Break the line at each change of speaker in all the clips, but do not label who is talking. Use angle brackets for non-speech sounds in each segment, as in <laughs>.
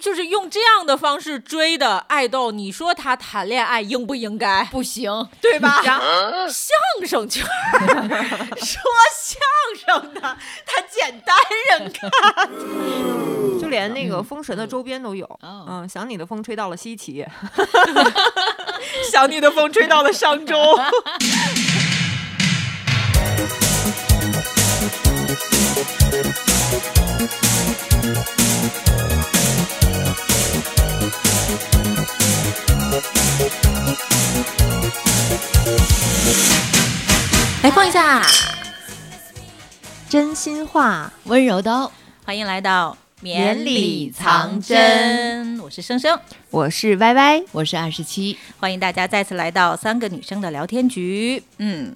就是用这样的方式追的爱豆，你说他谈恋爱应不应该？
不行，
对吧？
然后
相声圈儿 <laughs> 说相声的，他简单认可。嗯
就连那个封神的周边都有。
嗯
嗯，想你的风吹到了西岐，
<laughs> 想你的风吹到了商周。来逛一下，
真心话。
温柔刀，
<laughs> 欢迎来到
绵里藏
针，
我是生生。
我是歪歪，
我是二十七，
欢迎大家再次来到三个女生的聊天局。嗯，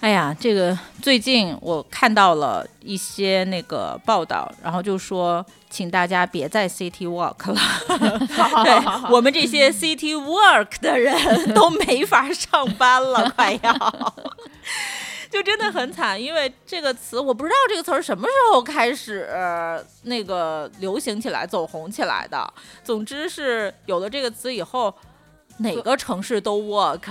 哎呀，这个最近我看到了一些那个报道，然后就说，请大家别再 City Walk 了。
<laughs>
对我们这些 City Work 的人都没法上班
<laughs>
了，快要。就真的很惨，因为这个词我不知道这个词儿什么时候开始、呃那个流行起来、走红起来的。总之是有了这个词以后，哪个城市都 work，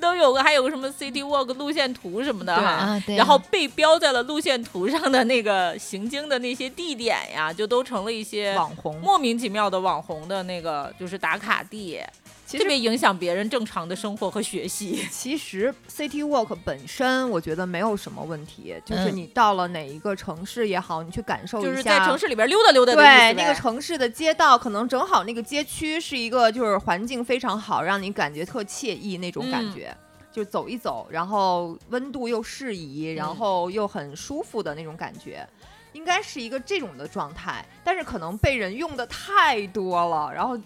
都有个还有个什么 city walk 路线图什么的哈、
对啊对啊
然后被标在了路线图上的那个行经的那些地点呀，就都成了一些
<laughs> 网红。
莫名其妙的网红的那个就是打卡地，
其
特
实
别影响别人正常的生活和学
<laughs>
习。
其实 City Walk 本身我觉得没有什么问题，就是
嗯
你到了哪一个城市也好，你去感受一下，
就是在城市里边溜达溜达的
对
意思
那
呗
个城市的街道，可能正好那个街区是一个就是环境非常好，让你感觉特惬意那种感
嗯
觉。就走一走，然后温度又适宜，然
嗯
后又很舒服的那种感觉，应该是一个这种的状态。但是可能被人用的太多了，然后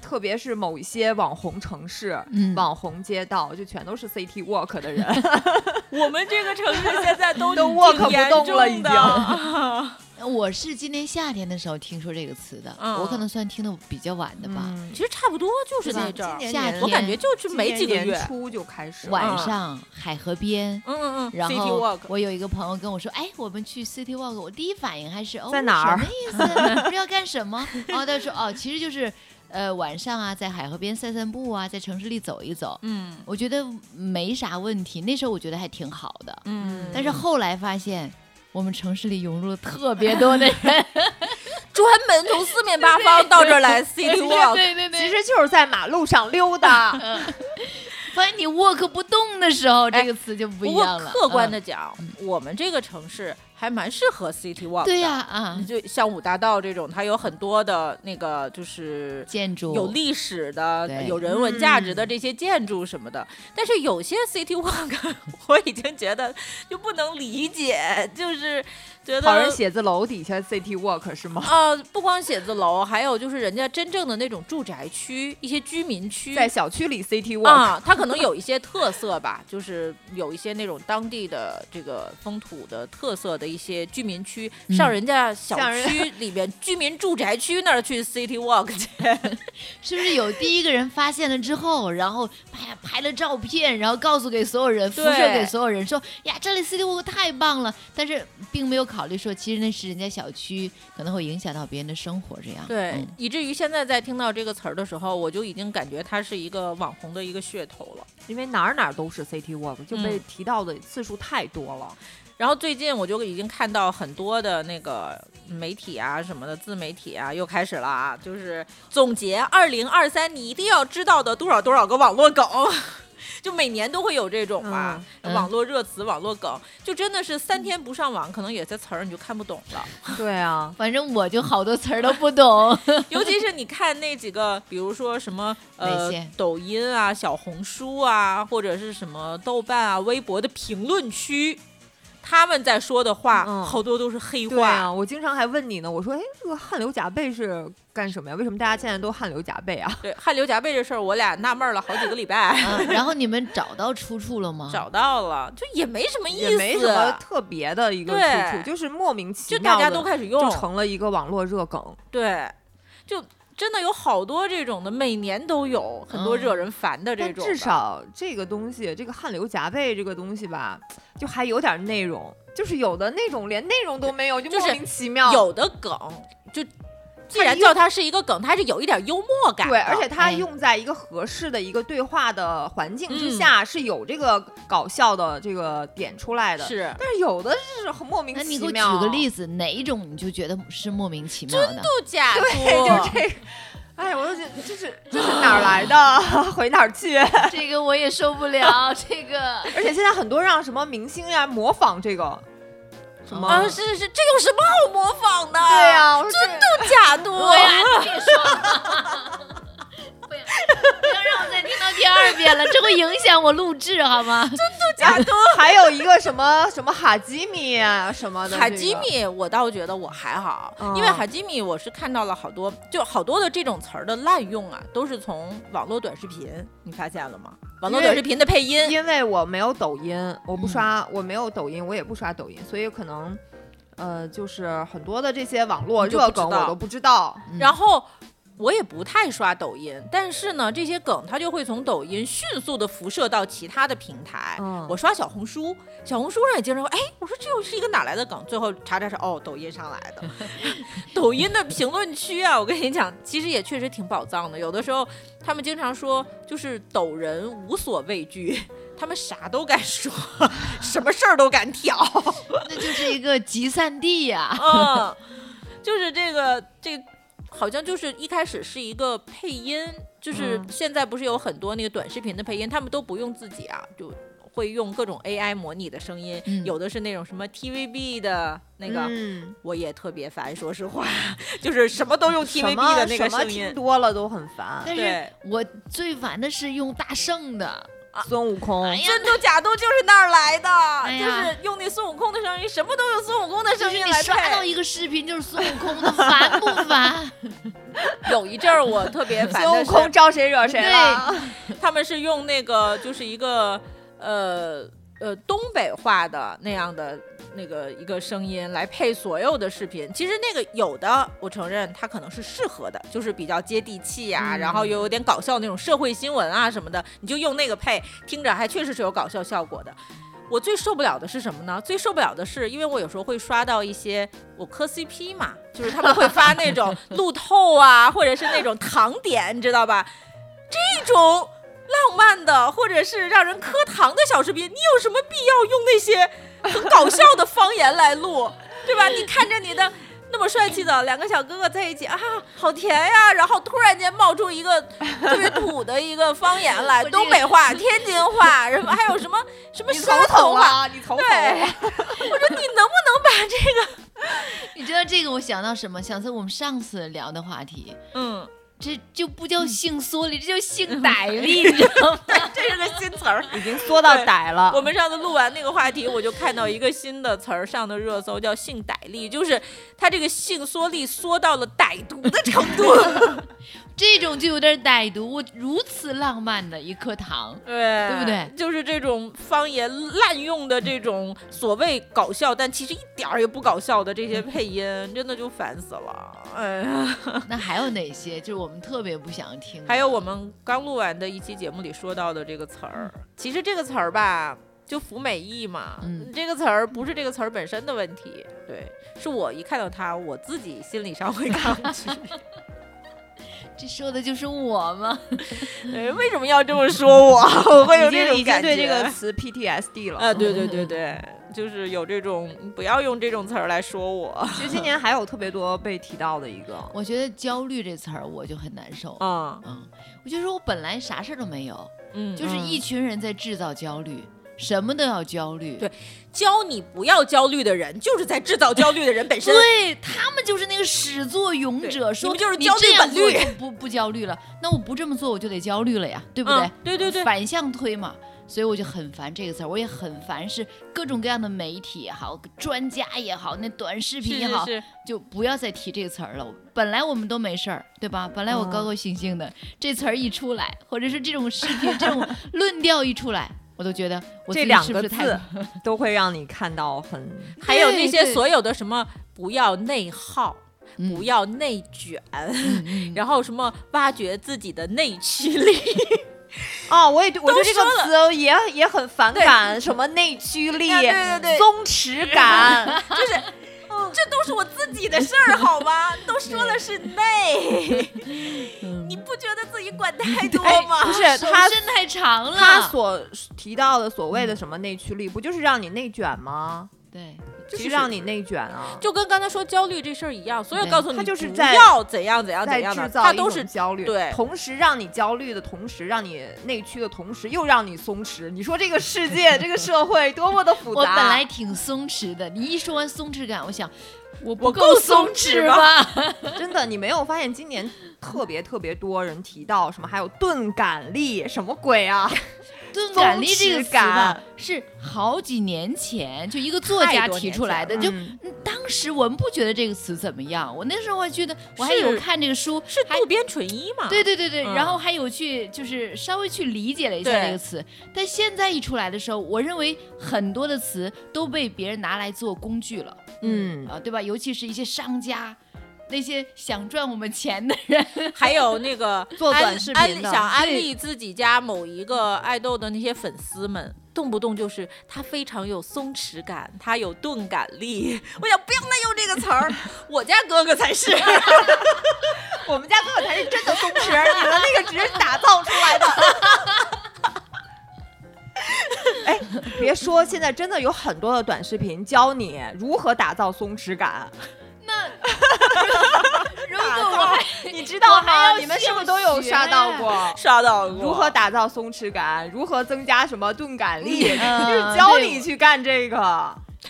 特别是某一些网红城市、
嗯
网红街道，就全都是 City Walk 的人。
我们这个城市现在都
<laughs> 都
挺
walk 不
严
动
重
了已
的
经
我是今年夏天的时候听说这个词的，
嗯
我可能算听的比较晚的吧。
嗯
<laughs> 其实差不多就是
吧
那阵儿
今，年
夏
年
天
我感觉就是
今
没
年
几个
年
月。
初就开始了嗯
晚上海河边，
嗯嗯嗯，
然
City
后
Walk
我有一个朋友跟我说，哎，我们去 City Walk，我第一反应还是哦，
在哪儿
什么意
<laughs>
思？不知道干什么。然后他说，哦，其实就是呃晚上啊，在海河边散散步啊，在城市里走一走。
嗯
我觉得没啥问题，那时候我觉得还挺好的。
嗯，
但是后来发现，我们城市里涌入了特别多的人，
<laughs> 专门从四面八方到这儿来
<laughs>
City Walk，
对对对，
其实就是在马路上溜
<laughs>
达。
发现你 work 不动的时候，
哎
这个词就不
不
一
过
样了。
客观
嗯，
的讲，我们这个城市还蛮适合 City Walk 的。
对呀啊，
就像五大道这种，它有很多的那个就是
建筑
有历史的、
对
有人文价值的这些建筑什么的。但是有些 city walk <laughs> 我已经觉得就不能理解，就是觉
好人
得。
写字楼底下 City Walk 是吗？
呃，不光写字楼，还有就是人家真正的那种住宅区、一些居民区，
在小区里 City Walk，、
啊，它可能有一些特色吧， <laughs> 就是有一些那种当地的这个风土的特色的一些居民区，
嗯
上人家小
像人
区里边居民住宅区那儿去 city walk 去，
是不是有第一个人发现了之后，然后拍拍了照片，然后告诉给所有人，辐
对
射给所有人说呀，这里 City Walk 太棒了，但是并没有考虑说，其实那是人家小区，可能会影响到别人的生活，这样
对，
嗯
以至于现在在听到这个词儿的时候，我就已经感觉它是一个网红的一个噱头了。
因为哪儿哪儿都是 City Walk，就被提到的次数太多了。
然后最近我就已经看到很多的那个媒体啊什么的自媒体啊又开始了啊，就是总结二零二三你一定要知道的多少多少个网络梗， <laughs> 就每年都会有这种吧，
嗯嗯
网络热词、网络梗，就真的是三天不上网，可能有些词儿你就看不懂了。<laughs>
<laughs> 对啊，
反正我就好多词儿都不懂。
尤其是你看那几个，比如说什么
哪
呃
些
抖音啊、小红书啊，或者是什么豆瓣啊、微博的评论区，他们在说的话、
嗯
好多都是黑
对
话。
啊，我经常还问你呢，我说，哎，这个汗流浃背是干什么呀？为什么大家现在都汗流浃背啊？
对汗流浃背这事儿，我俩纳闷儿了好几个礼
嗯
拜，
啊然后你们找到出处了
<laughs>
吗？
找到了，就也没什么意思，
也没什么特别的一个
对
出处，就是莫名其
就
妙
大
的
家都开始用
就，成了一个网络热梗。
对，就真的有好多这种的，每年都有很多
嗯
惹人烦的这
但
种的，
至少这个东西，这个汗流浃背这个东西吧，就还有点内容。就是有的那种连内容都没有，就
就是
莫名其妙。
有的梗就既然叫它是一个梗，它是有一点幽默感的。
对，而且它
嗯
用在一个合适的一个对话的环境之下，是有这个搞笑的这个点出来的。，
是
但是有的是很莫名
那你
其
给我举
妙。
个例子，哪一种你就觉得是莫名其妙的？
度假多，
就这个，哎，我就觉得这是这是哪儿来的， <laughs> 回哪儿去？
这个我也受不 <laughs> 了，这个
而且现在很多让什么明星呀模仿这个，什么？
啊，
哦
是是，这有什么好模仿的？
对呀、我说这
度假多
<laughs> 对呀、你别说了。不要不要让我再听到第二遍了，这会影响我录制好吗？ <laughs>
假多， <laughs> 还有一个什么什么哈基米啊什么的、
海基，米，我倒觉得我还好，
嗯
因为海基米我是看到了好多，就好多的这种词儿的滥用啊，都是从网络短视频，你发现了吗？网络短视频的配音，
因为我没有抖音，我
嗯
不刷，我没有抖音，我也不刷抖音，所以可能。呃，就是很多的这些网络
你就
热
不知
梗
道
我都不知道，
然后。我也不太刷抖音，但是呢，这些梗它就会从抖音迅速的辐射到其他的平台。
嗯
哎我刷小红书，小红书上也经常说，哎，我说这又是一个哪来的梗？最后查查查，哦，抖音上来的。抖音的评论区啊，我跟你讲，其实也确实挺宝藏的。有的时候他们经常说，就是抖人无所畏惧，他们啥都敢说，什么事儿都敢挑。
那就是一个集散地呀、
嗯， <laughs> 就是这个这个好像就是一开始是一个配音，就是
嗯
现在不是有很多那个短视频的配音，他们都不用自己啊，就会用各种 AI 模拟的声音，
嗯
有的是那种什么 TVB 的那个。
嗯、
我也特别烦，说实话， <laughs> 就是什么都用
什
TVB
么
的那
什
个
么
声
听
音。
多了都很烦。
但是
对
我最烦的是用大圣的，
孙悟空，
哎呀，
真度假度就是那儿来的，
哎
就
呀
是用那孙悟空的声音，什么都用孙悟空的
就
声
是
音
你
来
刷到
配。
一个视频就是孙悟空的，烦不 <laughs> 烦？
有一阵儿我特别烦的
孙悟
是
空招谁惹谁了？
他们是用那个就是一个呃呃东北话的那样的那个一个声音来配所有的视频。其实那个有的我承认它可能是适合的，就是比较接地气呀、
嗯
然后又有点搞笑那种社会新闻啊什么的，你就用那个配，听着还确实是有搞笑效果的。我最受不了的是什么呢？最受不了的是，因为我有时候会刷到一些我磕 CP 嘛，就是他们会发那种路透啊，或者是那种糖点，你知道吧？这种浪漫的或者是让人磕糖的小视频，你有什么必要用那些很搞笑的方言来录，对吧？你看着你的。那么帅气的两个小哥哥在一起啊，好甜呀！然后突然间冒出一个特别土的一个方言来，
我这个
东北话、天津话，什么还有什么什么
你瞅
山
瞅
东话，
啊，你瞅瞅
对
<laughs> 啊，，
我说你能不能把这个，
你知道这个我想到什么？想到我们上次聊的话题，
嗯，
这就不叫性缩力，这叫性歹力，你知道吗？ <laughs>
这是个新词儿。
已经缩到歹了。
我们上次录完那个话题，我就看到一个新的词儿上的热搜，叫“性歹力”，就是他这个性缩力缩到了歹毒的程度。
这种就有点歹毒。我如此浪漫的一颗糖，
对
对不对？
就是这种方言滥用的这种所谓搞笑，但其实一点儿也不搞笑的这些配音，真的就烦死了。哎呀，
那还有哪些？就是我们特别不想听的。
还有我们刚录完的一期节目里说到的这个词儿，其实这个词儿吧。就服美役嘛，
嗯
这个词儿不是这个词儿本身的问题，对，是我一看到它，我自己心理上会抗拒。
这说的就是我吗？
对，为什么要这么说我？我
<laughs>
会有
已
这
经
种
已经
感觉。
对这个词嗯 PTSD 了。
啊，对对对对，就是有这种不要用这种词儿来说我
其实今年还有特别多被提到的一个，
我觉得焦虑这词儿我就很难受。
啊，
嗯，我就说我本来啥事儿都没有，
嗯，就
就是是一群人在制造焦虑，什么都要焦虑。
对教你不要焦虑的人，就是在制造焦虑的人本身。
对他们就是那个始作俑者，
对
说
你们就是
你
焦虑
这样
本
做
绿
就不不焦虑了，那我不这么做我就得焦虑了呀，对不对？
嗯对对对
反向推嘛。所以我就很烦这个词儿，我也很烦，是各种各样的媒体也好，专家也好，那短视频也
是
好，
是是，
就不要再提这个词儿了。本来我们都没事儿，对吧？本来我高高兴兴的，这词儿一出来，或者是这种视频、这种论调一出来，我都觉得我
这
自己
两
是不
个
是太
字 <laughs> 都会让你看到很
还有
对
那些
对
所有的什么不要内耗，
嗯
不要内卷，
嗯嗯
然后什么挖掘自己的内驱力， <laughs>
哦，我也对我对这
说
个词哦也也很反感，什么内驱力、
对对对
<laughs> 松弛感，哎
就是。这都是我自己的事儿，好吗？都说了是内，你不觉得自己管太多吗？
不是
手
他
伸太长了，
他所提到的所谓的什么内驱力，不就是让你内卷吗？
对，
嗯就
其
是
实
让你内卷啊，
就跟刚才说焦虑这事儿一样，所有
对
告诉你
他就是
不
在
要怎样怎样
在
怎样
制
的，
造
他
一
都
种
是
焦虑，
对
同时让你焦虑的同时，让你内驱的同时，又让你松弛。你说这个世 <laughs> 界，这个社会多么的复杂！
我本来挺松弛的，你一说完松弛感，我想我不
够
松
松
弛
弛
吧？
真的，你没有发现今年特别特别多人提到什么，还有钝感力，什么鬼啊？
钝感力这个词吧
松弛感，
是好几年前就一个作家
太多
提
年
出来的，
前
就
了
<laughs> 嗯
当时我们不觉得这个词怎么样，我那时候还觉得我还
是
有看这个书，
是
还
渡边淳一嘛？
对对对对，
嗯
然后还有去就是稍微去理解了一下
对
这个词，但现在一出来的时候，我认为很多的词都被别人拿来做工具了，
嗯，
啊，对吧？尤其是一些商家。那些想赚我们钱的人，
还有那个
<laughs> 做
安
短视
安
频
利
的
想安
对
利自己家某一个爱豆的那些粉丝们，动不动就是他非常有松弛感，他有钝感力。我想不要再用这个词儿，我家哥哥才
<laughs>
是。
我们家哥哥才是真的松弛，你们那个只是打造出来的。 <laughs> 哎，别说，现在真的有很多的短视频教你如何打造松弛感，
如果我还
你知
我
道
还要
吗？你们是不是都有刷到过？
刷到过
如何？打造松弛感，如何增加什么钝感力，
嗯
就是教
对
你去干这个。
<laughs>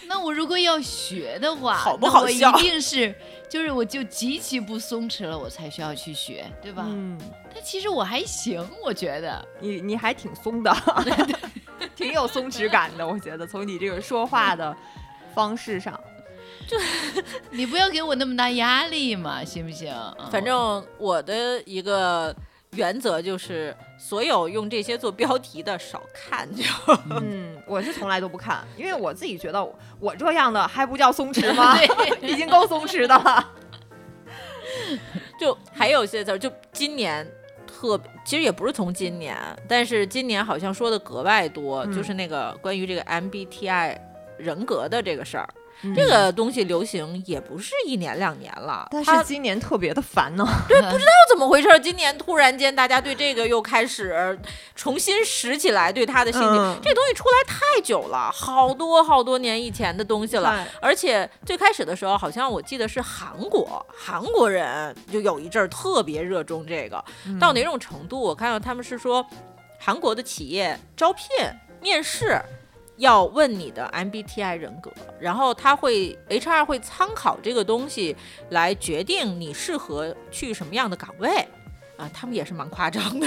那我如果要学的话，
好不
那
好
我一
笑
定是，就是我就极其不松弛了，我才需要去学，对吧？
嗯，
但其实我还行，我觉得。
你你还挺松
<laughs>
的，挺有松弛感的，我觉得从你这个说话的方式上，
你不要给我那么大压力嘛，行不行？嗯
反正我的一个原则就是，所有用这些做标题的少看就。 <laughs>
嗯，我是从来都不看，因为我自己觉得我我这样的还不叫松弛吗？
对，
已经够松弛的了。
就还有一些字儿，就今年特别，其实也不是从今年，但是今年好像说的格外多，
嗯
就是那个关于这个 MBTI 人格的这个事儿，
嗯
这个东西流行也不是一年两年了，
<laughs> 但
它
是今年特别的烦呢。
<laughs> 对，不知道。
怎么回事儿？今年突然间大家对这个又开始重新拾起来对它的兴趣，
嗯
这东西出来太久了，好多好多年以前的东西了。而且最开始的时候，好像我记得是韩国，韩国人就有一阵儿特别热衷这个，
嗯
到哪种程度？我看到他们是说，韩国的企业招聘面试要问你的 MBTI 人格，然后他会 HR 会参考这个东西来决定你适合去什么样的岗位。啊，他们也是蛮夸张的，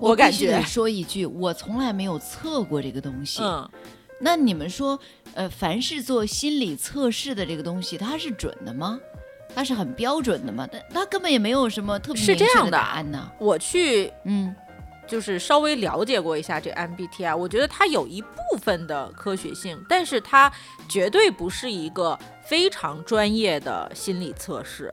我感
必须
觉
得，说一句，我从来没有测过这个东西。
嗯，
那你们说，呃，凡是做心理测试的这个东西，它是准的吗？它是很标准的吗？它它根本也没有什么特别
是
明确
这样
的
的
答案呢。
我去
嗯，
就是稍微了解过一下这 MBTI，我觉得它有一部分的科学性，但是它绝对不是一个非常专业的心理测试。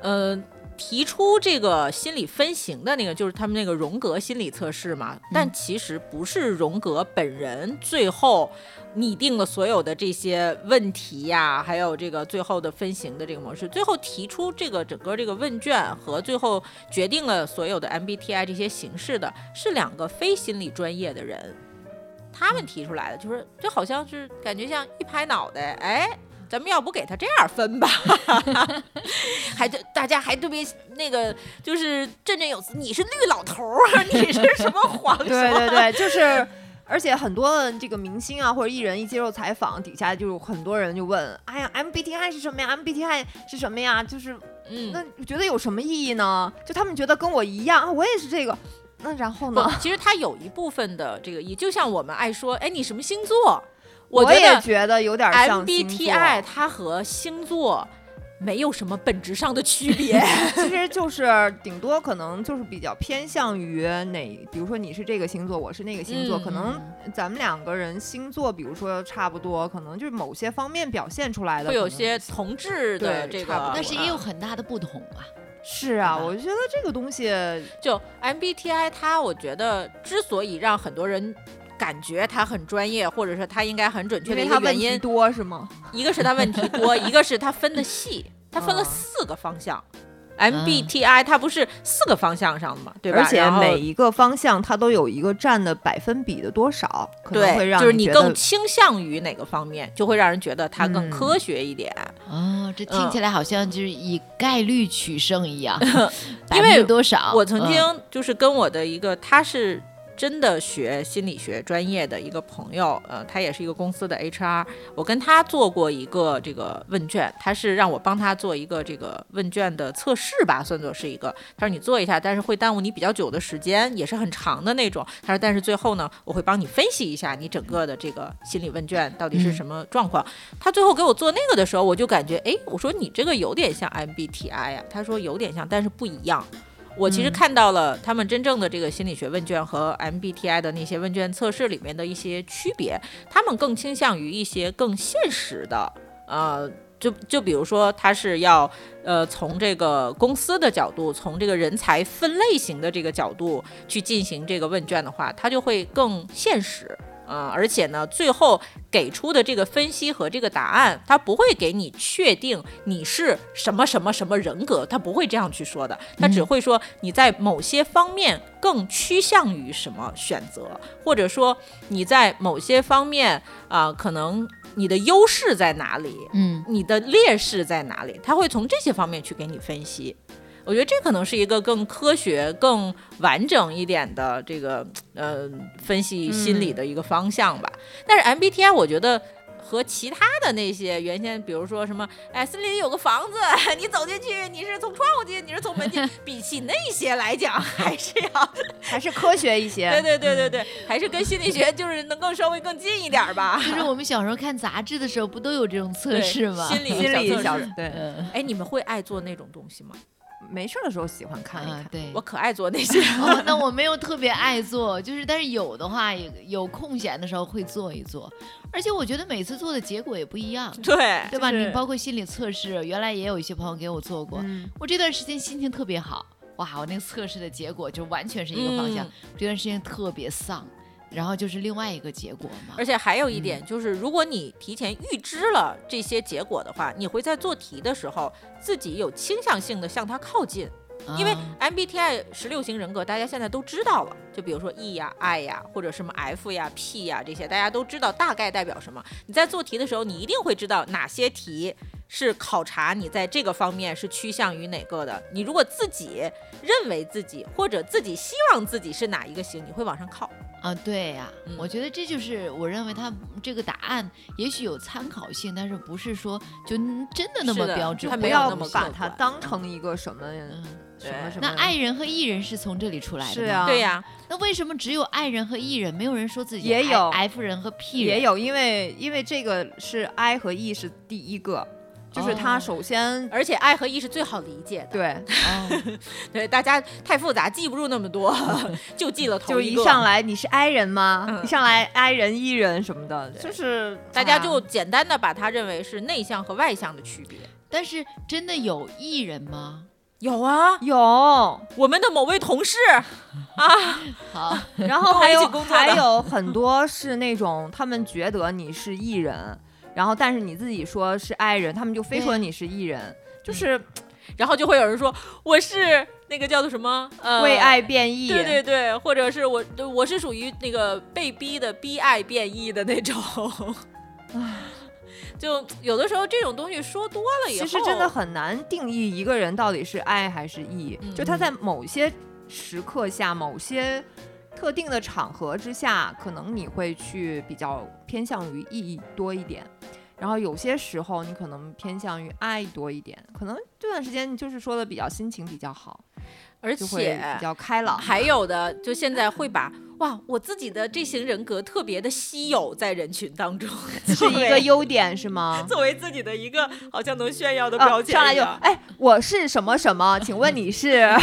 呃，提出这个心理分型的那个就是他们那个荣格心理测试嘛，但其实不是荣格本人最后拟定了所有的这些问题呀、还有这个最后的分型的这个模式，最后提出这个整个这个问卷和最后决定了所有的 MBTI 这些形式的是两个非心理专业的人，他们提出来的，就是这好像是感觉像一拍脑袋，哎，咱们要不给他这样分吧，还就大家还特别那个就是振振有词，你是绿老头儿，你是什么黄什
对
<laughs> 么
对对，就是。而且很多的这个明星啊，或者艺人一接受采访，底下就很多人就问：“哎呀，MBTI 是什么呀？MBTI 是什么呀？”就是
嗯，
那我觉得有什么意义呢？就他们觉得跟我一样，啊我也是这个。那然后
不
呢？，
其实它有一部分的这个意，就像我们爱说，哎，你什么星座？我觉
也
得
觉得有点像星座
MBTI 它和星座没有什么本质上的区别。
其实 <laughs> 就是顶多可能就是比较偏向于哪，比如说你是这个星座，我是那个星座，
嗯
可能咱们两个人星座，比如说差不多，可能就是某些方面表现出来的
会有
可能
些同质的
对
这
差不
个
多，
但是也有很大的不同吧。
是啊，
对吧
我觉得这个东西
就 MBTI 它，我觉得之所以让很多人感觉他很专业，或者说他应该很准确
因
的
为
一
他
个
问
原
题
因，
多是吗？
一个是他问题
<laughs>
多，一个是他分的细，他分了
嗯
四个方向。MBTI 它不是四个方向上的嘛，对吧？
而且
然后
每一个方向它都有一个占的百分比的多少，可能会
对，
让
就是
你觉得
更倾向于哪个方面，就会让人觉得它更
嗯
科学一点。
哦，这
嗯，
听起来好像就是以概率取胜一样
<laughs> 因
百分
为
之多少？
我曾
嗯
经就是跟我的一个，他是真的学心理学专业的一个朋友，呃，他也是一个公司的 HR，我跟他做过一个这个问卷，他是让我帮他做一个这个问卷的测试吧，算作是一个。他说你做一下，但是会耽误你比较久的时间，也是很长的那种。他说但是最后呢，我会帮你分析一下你整个的这个心理问卷到底是
嗯
什么状况。他最后给我做那个的时候，我就感觉，哎，我说你这个有点像 MBTI 呀、啊他说有点像，但是不一样。我其实看到了他们真正的这个心理学问卷和 MBTI 的那些问卷测试里面的一些区别，他们更倾向于一些更现实的，呃，就就比如说他是要呃从这个公司的角度，从这个人才分类型的这个角度去进行这个问卷的话，它就会更现实。啊、而且呢，最后给出的这个分析和这个答案，它不会给你确定你是什么什么什么人格，它不会这样去说的，它只会说你在某些方面更趋向于什么选择，或者说你在某些方面啊、可能你的优势在哪里， <laughs>
嗯，
你的劣势在哪里，他会从这些方面去给你分析。我觉得这可能是一个更科学、更完整一点的这个呃分析心理的一个方向吧。但是 MBTI 我觉得和其他的那些原先，比如说什么，哎，森林里有个房子， <laughs> 你走进去，你是从窗户进，你是从门进，比起那些来讲，还是要
还是科学一些。
对对对对
嗯
对，还是跟心理学就是能更稍微更近一点儿吧。
就是我们小时候看杂志的时候，不都有这种测
对
试吗？
心理
心理
小
小
测试。
对，
<laughs>
嗯
哎，你们会爱做那种东西吗？
没事儿的时候喜欢看一
嗯
看
啊，。对
我。可爱做那些。 <laughs>
哦，那我没有特别爱做，就是但是有的话，也有空闲的时候会做一做，而且我觉得每次做的结果也不一样，
对，
对吧？
就是
你包括心理测试，原来也有一些朋友给我做过，
嗯，
我这段时间心情特别好，哇，我那个测试的结果就完全是一个方向，
嗯
这段时间特别丧，然后就是另外一个结果嘛
而。且还有一
嗯
点就是，如果你提前预知了这些结果的话，你会在做题的时候自己有倾向性的向它靠近。因为
嗯
啊
MBTI 十六型人格大家现在都知道了，就比如说 E 呀、I 呀，或者什么 F 呀、P 呀这些，大家都知道大概代表什么。你在做题的时候，你一定会知道哪些题是考察你在这个方面是趋向于哪个的。你如果自己认为自己或者自己希望自己是哪一个型，你会往上靠。
啊，对呀、
嗯
我觉得这就是我认为它这个答案也许有参考性，但是不是说就真的那
是
么
的
标准
它
化，
没
不
有
要
那么
把
客
它
观
当成一个什么
嗯。
什么
对
什么。
那爱人和艺人是从这里出来的，
是啊
对呀、
那为什么只有爱人和艺人，没有人说自己
也
I-
有
F 人和 P 人？
也有，因为因为这个是 I 和 E 是第一个，就是它
哦
首先、
而且爱和 E 一是最好理解的，
对，
哦，
对大家太复杂记不住那么
<laughs>
多，就记了头
就
一
一
个
上来你是 I 人吗？
嗯
一上来 I 人 E 人什么的，就是
大家
哎呀
就简单的把它认为是内向和外向的区别。
但是真的有艺人吗？
有啊，
<laughs> 有，
我们的某位同事，
好，
然
跟
后
我
还
一起
有
工作的
还有很多是那种他们觉得你是艺人，然后但是你自己说是 I 人，他们就非
对
说你是艺人，就是
然后就会有人说我是那个叫做什么呃
为。爱变 E 异。
对对对，或者是我我是属于那个被逼的逼爱变异的那种，就有的时候这种东西说多了以后，
其实真的很难定义一个人到底是 I 还是 E，、
嗯
就他在某些时刻下、某些特定的场合之下，可能你会去比较偏向于 E 多一点。然后有些时候你可能偏向于 I 多一点，可能这段时间你就是说的比较心情比较好，
而
就会
且
比较开朗。
还有的就现在会把哇，我自己的这型人格特别的稀有在人群当
<laughs>
中，
是
作
一
为
个优点
<laughs>
是吗？
作为自己的一个好像能炫耀的标
啊，
签、
上来就哎，我是什么什么？请问你是？ <laughs>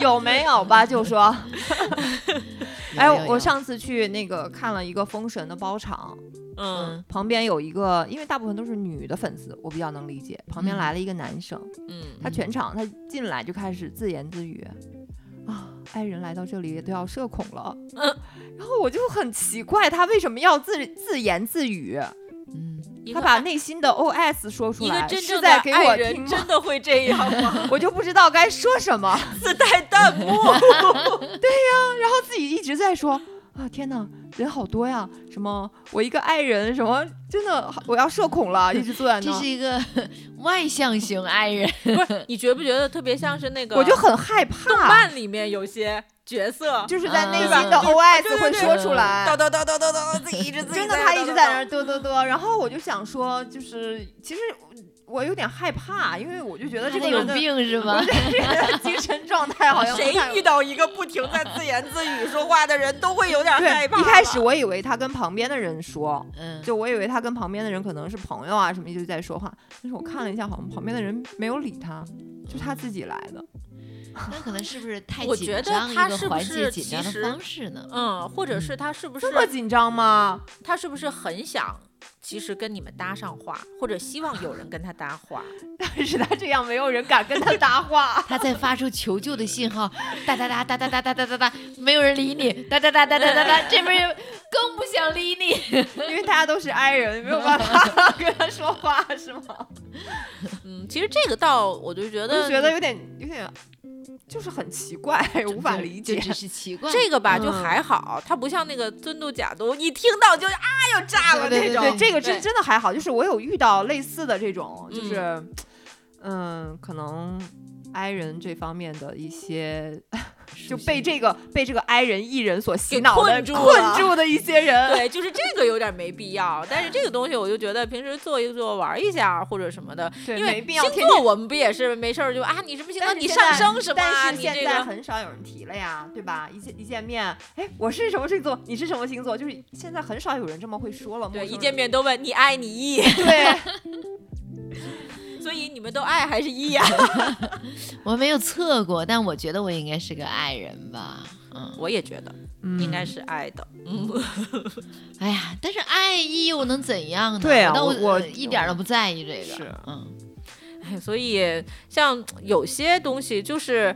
有没有吧？就说，
有
<laughs> 哎，
有
我
有
上次去那个看了一个《封神》的包场，
嗯
旁边有一个，因为大部分都是女的粉丝，我比较能理解。旁边
嗯
来了一个男生，
嗯，
他全场他进来就开始自言自语，啊，爱人来到这里都要社恐了。
嗯
然后我就很奇怪，他为什么要自自言自语？
嗯，
一
他
个
把
爱
内心的 OS 说出
一个
来，
真
是
正的
在给
爱
我
人
听
真
吗？
的会这样吗？
<laughs> 我就不知道该说什么，
自 <laughs> 带弹
<laughs>
幕，
然后自己一直在说啊，天哪，人好多呀！什么我一个爱人，什么真的我要社恐了，一直坐在
这
那
是
儿，
一个 <laughs> 外向型爱人，
不是你觉不觉得特别像是那个
我就很害怕，
漫里面有些角色，
就是在内
啊
心的
对
OS
对
会
对
说出来。
叨叨叨叨叨叨，自己一直自己
真的，他一直在那儿嘚嘚嘚，然后我就想说，就是其实我有点害怕，因为我就觉得这
他
个
有
人的
病啊是
我
吧？
觉得这个人的 <laughs> 精神状态好像不太
到一个不停在自言自语说话的人，都会有点
啊
对，一开始我以为他跟旁边的人说， <laughs>
嗯，
就我以为他跟旁边的人可能是朋友啊什么，一直在说话。但是我看了一下，好像旁边的人没有理他，就他自己来的。
那可能是不是太
我
紧
觉得
张，一
他
个
是不
缓
是
解紧
其
张
实
的方式呢？。
嗯，或者是他是不是
这么紧张吗？ <laughs>
他是不是很想，其实跟你们搭上话，或者希望有人跟他搭话？
但是他这样，没有人敢跟他搭话 <laughs>
他在发出求救
嗯
的信号，哒哒哒哒哒哒哒哒哒哒，没有人理你，哒哒哒哒哒哒哒，这边也更不想理你。
因为大家都是 I 人，没有
<laughs>
办法跟他说话，是吗？
嗯，其实这个倒，我就觉
我就
得
觉得有点有点，就是很奇怪，无法理解
就。只是奇怪。
这个吧，
嗯
就还好，他不像那个尊度假都，一听到就啊要炸了那
对对
种
对，。这个
对
真真的还好，就是我有遇到类似的这种，
嗯
就是，嗯，可能 I 人这方面的一些，就被这个被这个 I 人艺人所洗脑的
嗯给困住了
困住的一些人，
对，就是这个有点没必要，但是这个东西我就觉得平时做一做、玩一下或者什么的，
嗯对
因
没
为
必要
星
天
座我们不也是没事儿就啊你什么星座
但是
你
现
上
在
升什么啊
但是
你这
现在
个
很少有人提了呀，对吧？一见一见面，哎，我是什么星座，你是什么星座，就是现在很少有人这么会说了。
对
陌生
一
人
见，面都问你爱你 E，
对，
<laughs> 所以你们都爱还是 E 呀、
我没有测过，但我觉得我应该是个爱人吧。嗯，
<laughs> 我也觉得
嗯
应该是爱的，嗯，
哎呀，但是爱意又能怎样呢？
对啊
那呃
我我
一点都不在意这个。
是，啊
嗯，
哎所以像有些东西就是。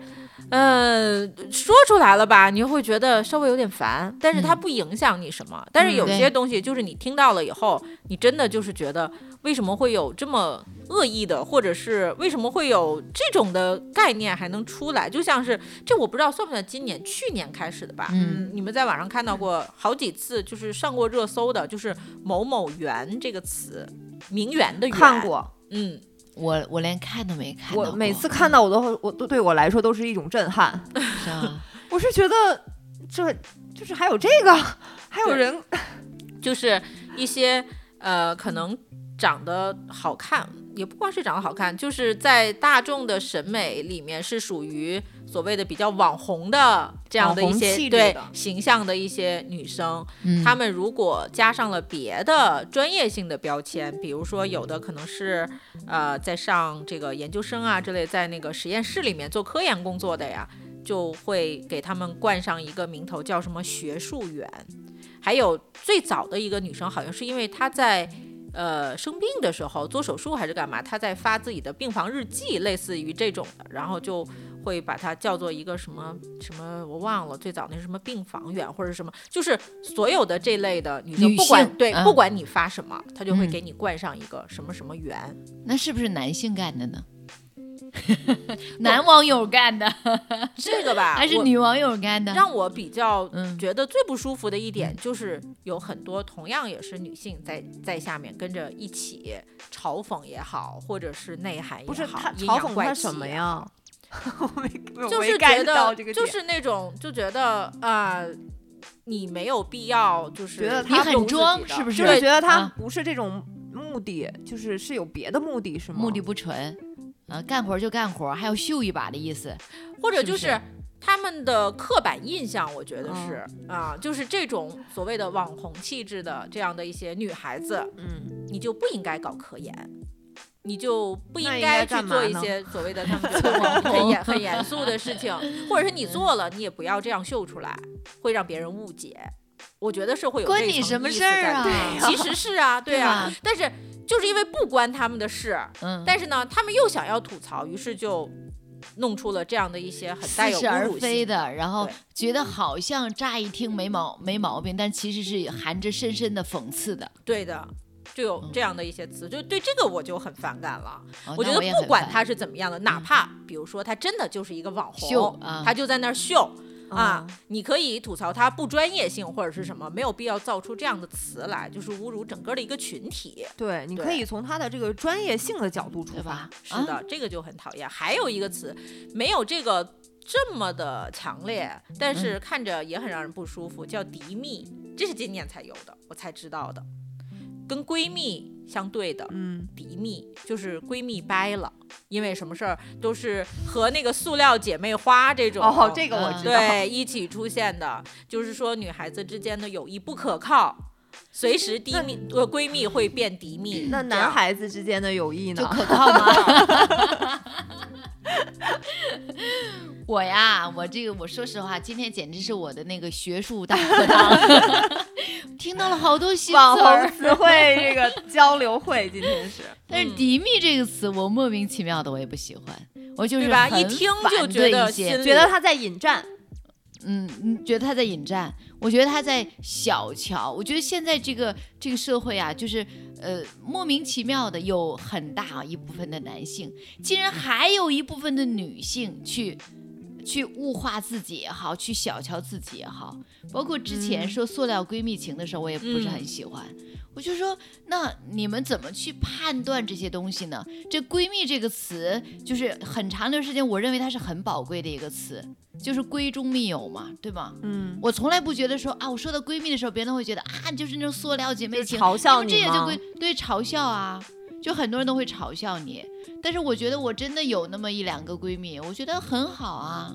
呃，说出来了吧，你就会觉得稍微有点烦，但是它
嗯
不影响你什么。但是
嗯
有
对
些东西就是你听到了以后，你真的就是觉得为什么会有这么恶意的，或者是为什么会有这种的概念还能出来？就像是这，我不知道算不算今年、去年开始的吧？
嗯
你们在网上看到过好几次，就是上过热搜的，就是“某某园”这个词，名媛的媛，
看，过，
嗯，
我我连看都没看到
我
过。
每次看到我都会，我都对我来说都是一种震撼。
是吧？
<laughs> 我是觉得这就是还有这个，还有
对
人
就是一些呃，可能长得好看，也不光是长得好看，就是在大众的审美里面是属于所谓的比较网红的这样的一
网红气
些
质
对
的
形象的一些女生，
嗯，
她们如果加上了别的专业性的标签，比如说有的可能是呃在上这个研究生啊之类，在那个实验室里面做科研工作的呀，就会给他们冠上一个名头，叫什么学术员。还有最早的一个女生，好像是因为她在。呃，生病的时候做手术还是干嘛？她在发自己的病房日记，类似于这种的，然后就会把它叫做一个什么什么，我忘了，最早那是什么病房员或者什么，就是所有的这类的女生，
女
不管
性
对、
嗯
不管你发什么，她就会
嗯
给你冠上一个什么什么员。
那是不是男性干
<laughs>
的呢？男网友干的
这个吧，
<laughs> 还是
啊我
女网友干的？
让我比较
嗯
觉得最不舒服的一
嗯
点，就是有很多同样也是女性在在下面跟着一起嘲讽也好，或者是内涵也好，
不是他
阴
嘲
阳
讽
怪
他
气
什么
也
呀？啊 <laughs> 我没我
就
没
是
get
觉
到
得
这个
就
点
是那种就觉得啊、呃你没有必要就是
觉得
你
他
用
很
自己
装
的
是不？
就是是觉得他
啊
不是这种目的，就是是有别的目的是吗？
目的不纯。啊，干活就干活，还有秀一把的意思。
或者就是
不是
他们的刻板印象，我觉得是、
哦
啊，就是这种所谓的网红气质的这样的一些女孩子，
嗯，
你就不应该搞科研，你就不应
那应
该
该
去
干嘛
做一
呢
些所谓的
<laughs>
他们觉得很严很严肃的事情，或者是你做了，你也不要这样秀出来，会让别人误解。我觉得是会有
关
这
你
层
什么
意思
事儿
在里
啊
面
<laughs> 对
其实是啊，对啊
吧，
但是就是因为不关他们的事，
嗯，
但是呢，他们又想要吐槽，于是就弄出了这样的一些很带
似
有
是
侮
而
辱
非
性。
的，然后
对
觉得好像乍一听没毛没毛病，但其实是含着深深的讽刺的。
对的，就
嗯
有这样的一些词，就对这个我就很反感了。
哦、
我觉
那
得
也
不
很
管
烦嗯
他是怎么样的，哪怕比如说他真的就是一个网
秀
红，
啊，
他就在那儿秀。啊
嗯，
你可以吐槽他不专业性或者是什么，没有必要造出这样的词来，就是侮辱整个的一个群体。
对，你可
对
以从他的这个专业性的角度出
对
发
吧。？
是
啊
的，这个就很讨厌。还有一个词，没有这个这么的强烈，但
嗯
是看着也很让人不舒服，叫敌蜜，这是今年才有的，我才知道的。跟闺蜜相对的
嗯，
敌蜜，就是闺蜜掰了，因为什么事儿都是和那个塑料姐妹花这种。
哦，这个我
嗯
知道。
对，一起出现的，就是说女孩子之间的友谊不可靠，随时敌蜜呃闺蜜会变敌蜜。
那
这
男
样
孩子之间的友谊呢
就？可靠吗？ <laughs> 我呀，我这个我说实话，今天简直是我的那个学术大课堂， <laughs> 听到了好多新词
网红
儿。
词
<laughs>
汇这个交流会今天是，
嗯
但是“敌蜜”这个词，我莫名其妙的我也不喜欢，我就是
对吧
很
一听就
反
觉
对
得
一些
心里
觉得他在引战，
嗯，嗯，觉得他在引战，我觉得他在小瞧。我觉得现在这个这个社会啊，就是呃莫名其妙的有很大一部分的男性，竟然还有一部分的女性去去物化自己也好，去小瞧自己也好。包括之前说塑料闺蜜情的时候，我也不是很喜欢。我就说，那你们怎么去判断这些东西呢？这“闺蜜”这个词，就是很长一段时间，我认为它是很宝贵的一个词，就是闺中密友嘛，对吗？
嗯，
我从来不觉得说啊，我说到闺蜜的时候，别人会觉得啊，就是那种塑料姐妹
就是
情，
嘲笑
们这
你
也就
吗
闺对嘲笑啊，就很多人都会嘲笑你。但是我觉得我真的有那么一两个闺蜜，我觉得很好啊。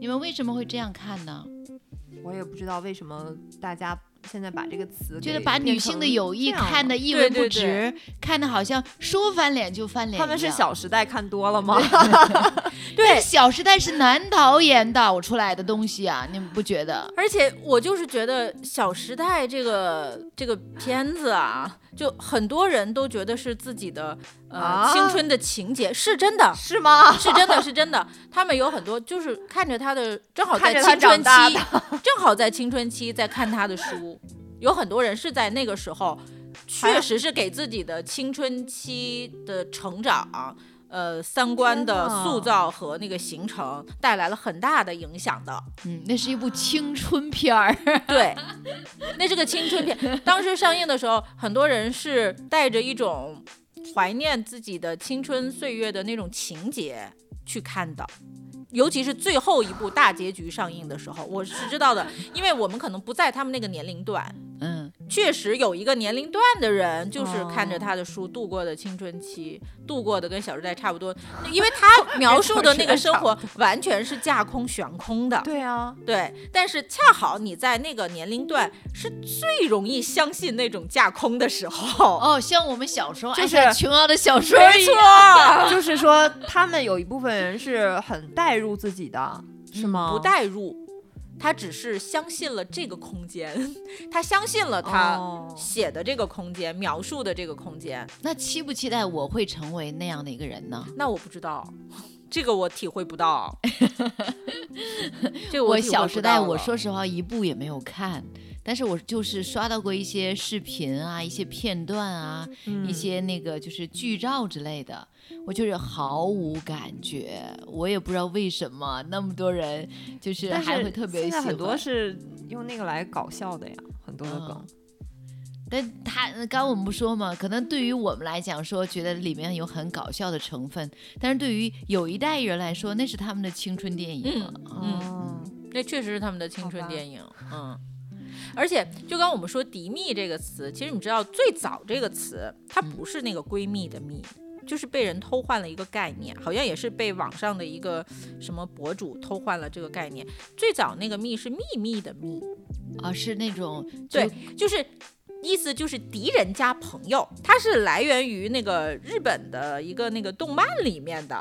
你们为什么会这样看呢？
我也不知道为什么大家现在把这个词
觉得
给
把
变
女性的
成
友谊
这样
看
了
得一
对
文不
对
值，
对
看得好像说翻脸就翻脸一样。
他们是《小时代》看多
<laughs>
了吗？
对《 <laughs> 小时代》是男导演导出来的东西啊，你们不觉得？
而且我就是觉得《小时代》这个这个片子啊，就很多人都觉得是自己的呃、
啊，
青春的情节，是真的
是吗？
是真的，是真的。他们有很多就是看着他的，正好在
看着他
青春
长大
期，正好在青春期在看他的书，有很多人是在那个时候，
还
确实是给自己的青春期的成长。呃，三观的
天哪
塑造和那个形成带来了很大的影响的。
嗯，那是一部青春片儿。 <laughs>
对，那是个青春片。当时上映的时候，很多人是带着一种怀念自己的青春岁月的那种情节去看的。尤其是最后一部大结局上映的时候，我是知道的，因为我们可能不在他们那个年龄段。
嗯，
确实有一个年龄段的人，就是看着他的书度过的青春期，度过的跟《小时代》差不多，因为他描述的那个生活完全是架空悬空的。
对啊，
对，但是恰好你在那个年龄段是最容易相信那种架空的时候。
哦，像我们小时候
就
爱
是
看琼瑶的小说一
没
样。 <laughs>
错，
啊
就是说他们有一部分人是很代入自己的，
嗯
是吗？
不代入，他只是相信了这个空间，他相信了他
哦
写的这个空间，描述的这个空间。
那期不期待我会成为那样的一个人呢？
那我不知道，这个我体会不
<laughs>
到。这个
我《
体会
小
不
时代》，
到
我
了
说实话一部也没有看，但是我就是刷到过一些视频啊、一些片段啊、
嗯
一些那个就是剧照之类的，我就是毫无感觉，我也不知道为什么那么多人就是
嗯但
还
是
会特别
现
喜
在
欢。
很多是用那个来搞笑的呀，很多的梗
嗯。但他呃刚我们不说嘛，可能对于我们来讲说，觉得里面有很搞笑的成分，但是对于有一代人来说，那是他们的青春电影了。
嗯
哦
那确实是他们的青
好
春
吧
电影，嗯。而且，就刚我们说“敌蜜”这个词，其实你知道，最早这个词它不是那个闺蜜的蜜，就是被人偷换了一个概念，好像也是被网上的一个什么博主偷换了这个概念。最早那个蜜是秘密的密，嗯
啊，是那种就
对就是意思就是敌人加朋友，它是来源于那个日本的一个那个动漫里面的。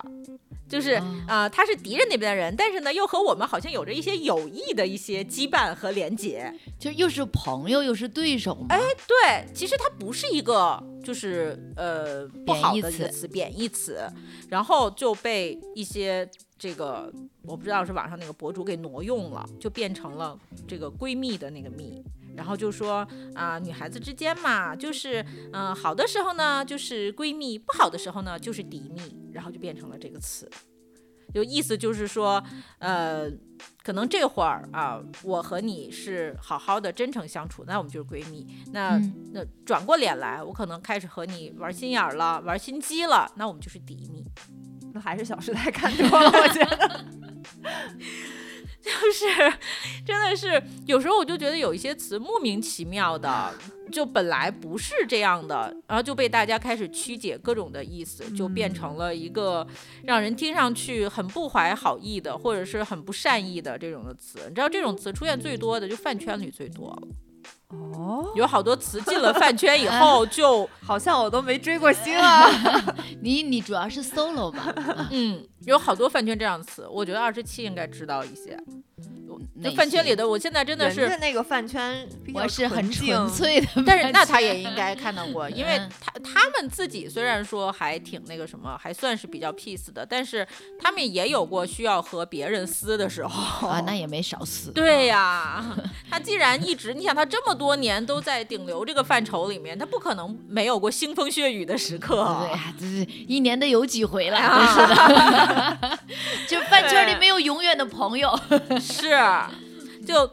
就是
哦
啊、呃他是敌人那边的人，但是呢，又和我们好像有着一些友谊的一些羁绊和连结。
就是又是朋友又是对手嘛。哎，
对，其实它不是一个就是呃不好的一个
贬义
词，贬义词，然后就被一些这个我不知道是网上那个博主给挪用了，就变成了这个闺蜜的那个蜜。然后就说啊、女孩子之间嘛，就是嗯、呃好的时候呢就是闺蜜，不好的时候呢就是敌蜜，然后就变成了这个词，就意思就是说，呃，可能这会儿啊，我和你是好好的、真诚相处，那我们就是闺蜜。那、
嗯
那转过脸来，我可能开始和你玩心眼儿了、玩心机了，那我们就是敌蜜。
那还是《小时代》看多了，我觉得。
就是真的是有时候我就觉得有一些词莫名其妙的，就本来不是这样的，然后就被大家开始曲解各种的意思，就
嗯
变成了一个让人听上去很不怀好意的，或者是很不善意的这种的词。你知道这种词出现最多的就饭圈里最多了，
哦，
有好多词进了饭圈以后就
<laughs> 好像我都没追过星啊。
<laughs> 你你主要是 solo
<laughs>
吧？啊
嗯，有好多饭圈这样的词，我觉得二十七应该知道一
<laughs>
些。
哪
就饭圈
些
里的，我现在真的
人
是
家那个饭圈比较
我是很
纯净，
纯粹的，
<laughs> 但是那他也应该看到过，因为
嗯
他他们自己虽然说还挺那个什么，还算是比较 peace 的，但是他们也有过需要和别人撕的时候。 <laughs>
啊，那也没少死。
对呀、他既然一直，你想他这么多年都在顶流这个范畴里面，他不可能没有过腥风血雨的时刻。
对呀、这是一年得有几回了，
啊
真 <laughs> 是的。就饭圈里没有永远的朋友，
<laughs> 是，就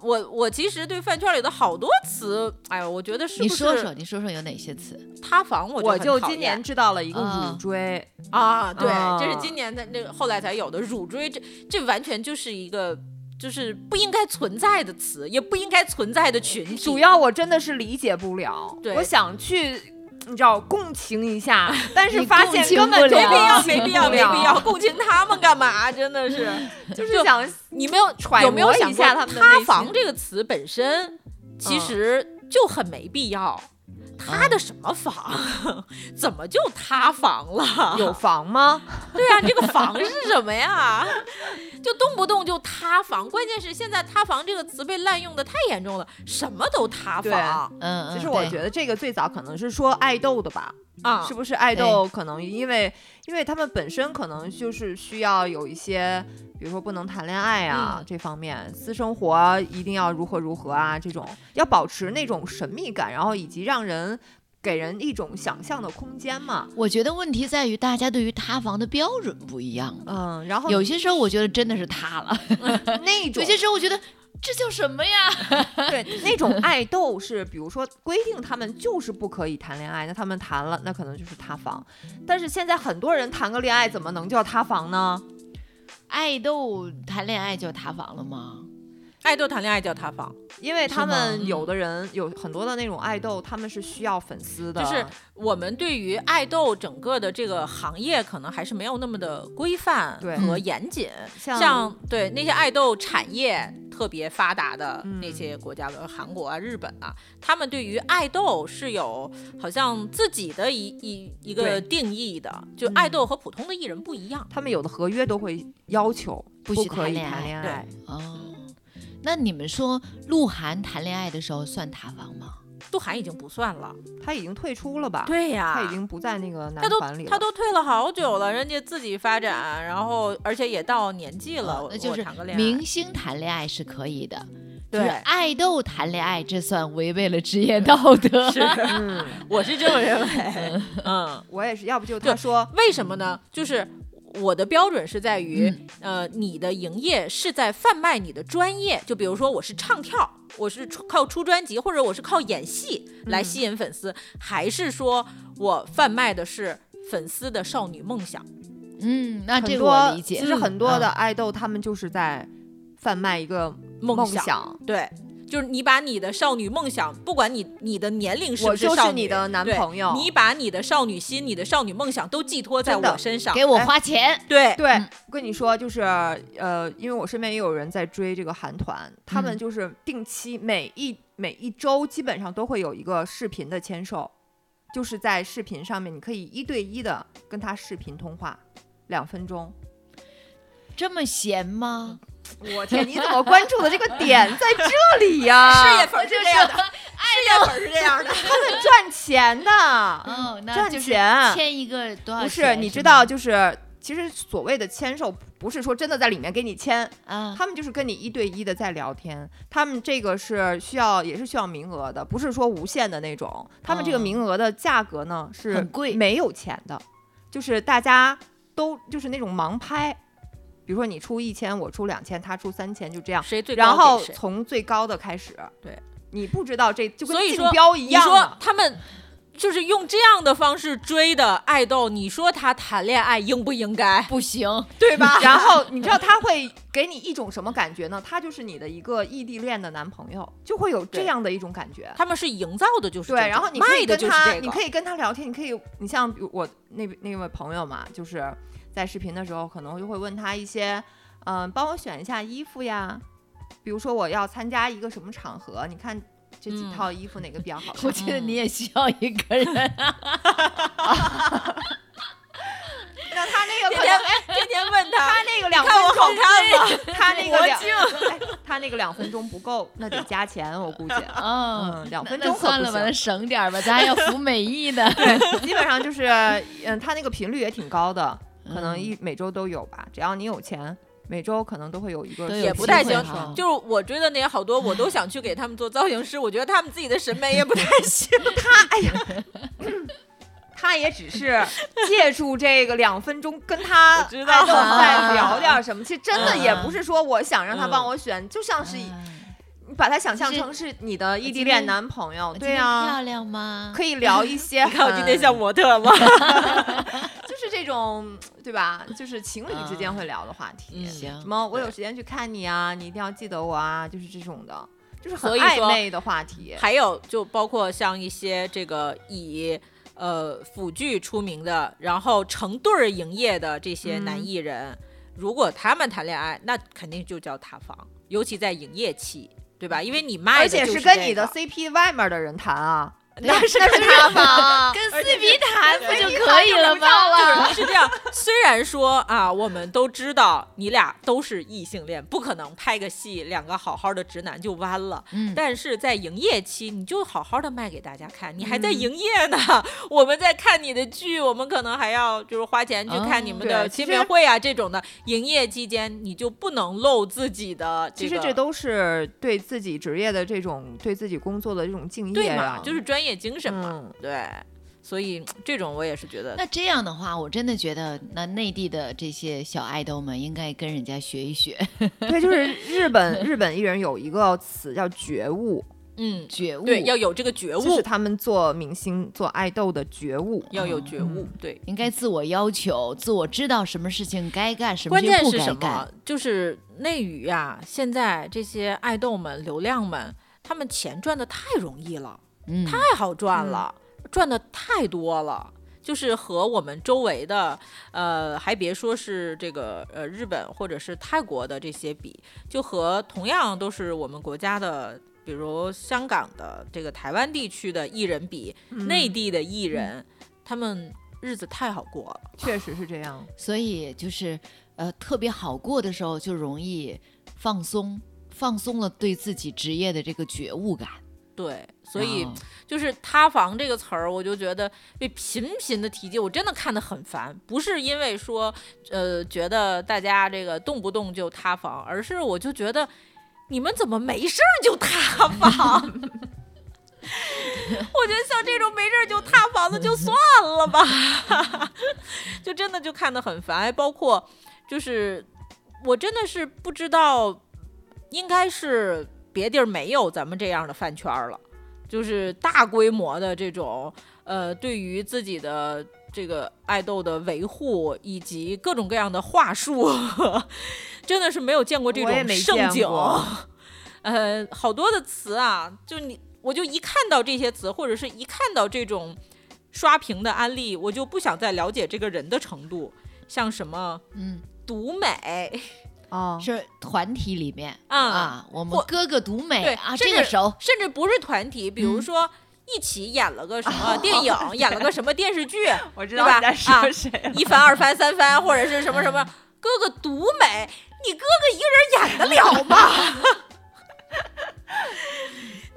我我其实对饭圈里的好多词，哎呀，我觉得是
你
不
说说，
是
你说说有哪些词？
塌房我
我
很
就
讨
今
厌
年知道了一个
啊
乳锥，
啊，对，这是
啊
今年的那个后来才有的乳锥，这这完全就是一个就是不应该存在的词，也不应该存在的群体。
主要我真的是理解不了
对，
我想去。你知道共情一
<laughs>
下，但是
嗯你
发
共
现
情
根本
不
就
没必要，
了
没必要，没必要，共情他们干嘛？真的是，
<laughs> 就是
<laughs>
就
想
你没有
揣摩
有没有想
一
过
下
“
他们的内
塌
心嗯
房”这个词本身其实就很没必要。塌的什么房？ <laughs> 怎么就塌房了？
有房吗？
对啊，你这个房是什么 <laughs> 呀？就动不动就塌房，关键是现在“塌房”这个词被滥用的太严重了，什么都塌
对
房啊
嗯，
其实我觉
得
得这个最早可能是说爱豆的吧，
啊
是，不是爱豆可能因为因为他们本身可能就是需要有一些，比如说不能谈恋爱啊、
嗯
这方面，私生活一定要如何如何啊这种，要保持那种神秘感，然后以及让人给人一种想象的空间嘛。
我觉得问题在于大家对于塌房的标准不一样。
嗯，然后
有些时候我觉得真的是塌了，
那种
有些时候我觉得这叫什么呀？
<laughs> 对那种爱豆是，比如说规定他们就是不可以谈恋爱，那他们谈了，那可能就是塌房。但是现在很多人谈个恋爱，怎么能叫塌房呢？
爱豆谈恋爱就塌房了吗？
爱豆谈恋爱叫塌房。
因为他
是吗
们有的人有很多的那种爱豆，他们是需要粉丝的，
就是我们对于爱豆整个的这个行业，可能还是没有那么的规范
对
和严谨。
像
像对
嗯
那些爱豆产业特别发达的
嗯
那些国家，比如韩国啊、日本啊，他们对于爱豆是有好像自己的一一一个
对
定义的，就
嗯
爱豆和普通的艺人不一样。
他们有的合约都会要求
不许
可以
谈恋
谈
爱
恋爱。
哦，那你们说鹿晗谈恋爱的时候算塌房吗？
鹿晗已经不算了，
他已经退出了吧？
对呀、
他已经不在那个男
他都
团里了。
他都退了好久了，人家自己发展，然后而且也到年纪了，
哦
我
那就
我
是
谈个恋爱
明星谈恋爱是可以的，就是
对
爱豆谈恋爱，这算违背了职业道德。 <laughs>
是，
嗯，
我是这么认为，嗯。
我也是，要不就
就
他说
为什么呢？就是我的标准是在于，
嗯
呃，你的营业是在贩卖你的专业，就比如说我是唱跳，我是出靠出专辑，或者我是靠演戏
嗯
来吸引粉丝，还是说我贩卖的是粉丝的少女梦想？
嗯，那这
很
个
多，
我理解。
其实很多
嗯
的爱豆他们就是在贩卖一个
梦
梦
想对。就是你把你的少女梦想，不管你你的年龄是不
我就是
少女，
你的男
对
朋友
你把你的少女心、你的少女梦想都寄托在
真的
我身上。
啊给我花钱，
对，
对，
嗯
我跟你说，就是呃，因为我身边也有人在追这个韩团，他们
嗯
就是定期每一每一周基本上都会有一个视频的签售，就是在视频上面你可以一对一的跟他视频通话，两分钟。
这么闲吗？
我天，你怎么关注的这个点在这里呀、 <laughs>
事业粉是这样的，
就是
事业粉是这样的。
他们赚钱的。
哦，那
嗯赚
就是
钱
签一个多少
不
钱
啊是，你
吗
知道，就是其实所谓的签售，不是说真的在里面给你签，
嗯
啊？
他们就是跟你一对一的在聊天，他们这个是需要也是需要名额的，不是说无限的那种。他们这个
哦
名额的价格呢是
很贵
没有钱的，就是大家都就是那种盲拍，比如说你出一千，我出两千，他出三千，就这样，
谁最
然
高
后
给谁？
从最高的开始。
对，
<laughs> 你不知道这就跟
所以
竞
说
标一
你
样
说
啊。
他们就是用这样的方式追的爱豆，你说他谈恋爱应不应该？
不 <laughs> 行，
对吧？ <laughs>
<laughs>
然后你知道他会给你一种什么感觉呢？他就是你的一个异地恋的男朋友，就会有这
对
样的一种感觉。
他们是营造的就是这
对，
种
然后你可
卖
以
的
跟
就是
他，
这
你
个，
可以跟他聊天，你可以，你像比如我那那位朋友嘛，就是在视频的时候，可能就会问他一些，嗯、帮我选一下衣服呀，比如说我要参加一个什么场合，你看这几
嗯
套衣服哪个比
<laughs>
较好看？
我觉得你也需要一个人。
那他那个
天
可
天
能，
天天问他，
他那个两分
看我好
钟，
看吗？
他那个
魔
两，哎他那个两分钟不够，那得加钱，我
<laughs>
估计。
嗯
嗯，两分
那
钟可
算
不
了吧，
行
那省点儿吧，咱还要服美役呢。
基本上就是，嗯，他那个频率也挺高的，可能一每周都有吧。只要你有钱，每周可能都会有一个
都有
也
也
不
不
太
太
行
行。
哈
就是我追的那些好多，我都想去给他们做造型师，我觉得他们自己的审美也不太行。
哎他也只是借助这个两分钟跟他
我知道
爱豆
啊
再聊点什么。其实真的
嗯
也不是说我想让他
嗯
帮我选，就像是
啊
你把他想象
就是
成是你的异地
今
恋
天
男朋友，
我
对
今天漂
啊，
亮吗？
可以聊一些
你看我今天
很
像模特吗？
就是这种对吧？就是情侣之间会聊的话题。
嗯
行
什么？我有
对
时间去看你啊，你一定要记得我啊，就是这种的，就是很
所以
暧
说
昧的话题。
还有就包括像一些这个以呃腐剧出名的，然后成对儿营业的这些男
嗯
艺人，如果他们谈恋爱，那肯定就叫塌房，尤其在营业期。对吧？因为你卖的
而
就
且
是
跟
这
你的
个
CP 外面的人
<laughs>
谈啊，
对
那是跟他 <laughs>
<laughs>
吗？
跟
而且
四
是
比谈不
对
就
一
可
谈
以
就
了
不上
吗？
就是是这样。虽然说啊，我们都知道你俩都是异性恋，不可能拍个戏两个好好的直男就弯了，
嗯，
但是在营业期，你就好好的卖给大家看，你还在
嗯
营业呢， <laughs> 我们在看你的剧，我们可能还要就是花钱去看你们
哦
的
对
见
其
面
实
会啊这种的。营业期间，你就不能露自己的、
其
个，
实这都是对自己职业的这种对自己工作的这种敬
对
业
嘛，
啊，
就是专业精神嘛，
嗯
对。所以这种我也是觉得
那这样的话，我真的觉得那内地的这些小爱豆们应该跟人家学一学
对，就是日本日本艺人有一个词叫觉悟，
嗯，
觉悟，
对，要有这个觉悟，
就是他们做明星做爱豆的觉悟。
要有觉
嗯
悟，对。
应该自我要求，自我知道什么事情该干，什么
关
事情
键
不
是
该
什
干
么？就是内娱呀、现在这些爱豆们、流量们，他们钱赚的太容易了，
嗯，
太好赚了，赚的太多了。就是和我们周围的，呃，还别说是这个呃日本或者是泰国的这些比，就和同样都是我们国家的，比如香港的这个台湾地区的艺人比，内地的艺人，他们日子太好过了。
确实是这样，
所以就是呃特别好过的时候就容易放松，放松了对自己职业的这个觉悟感，
对，所以
啊
就是“塌房”这个词儿，我就觉得被频频的提及，我真的看得很烦。不是因为说，呃，觉得大家这个动不动就塌房，而是我就觉得你们怎么没事儿就塌房？ <laughs> 我觉得像这种没事儿就塌房的就算了吧， <laughs> 就真的就看得很烦。还包括就是我真的是不知道，应该是别地儿没有咱们这样的饭圈儿了。就是大规模的这种呃，对于自己的这个爱豆的维护以及各种各样的话术， <laughs> 真的是没有见过这
我也
种
没
盛景
见过。
呃，好多的词啊，就你我就一看到这些词，或者是一看到这种刷屏的案例，我就不想再了解这个人的程度，像什么
嗯，
独美，
<laughs> 哦，
是团体里面、
啊
啊，我们
或
哥哥独美
对
啊，
甚
这
<laughs>
个
至
熟，
甚至不是团体，比如
嗯哦
说一起演了个什么电
<laughs>
影，演了个什么电视剧，
我知
对
道
吧
你在
啊
说谁了。
一番、二番、三番，或者是什么
嗯
什么，哥哥独美，你哥哥一个人演得了吗？
<laughs>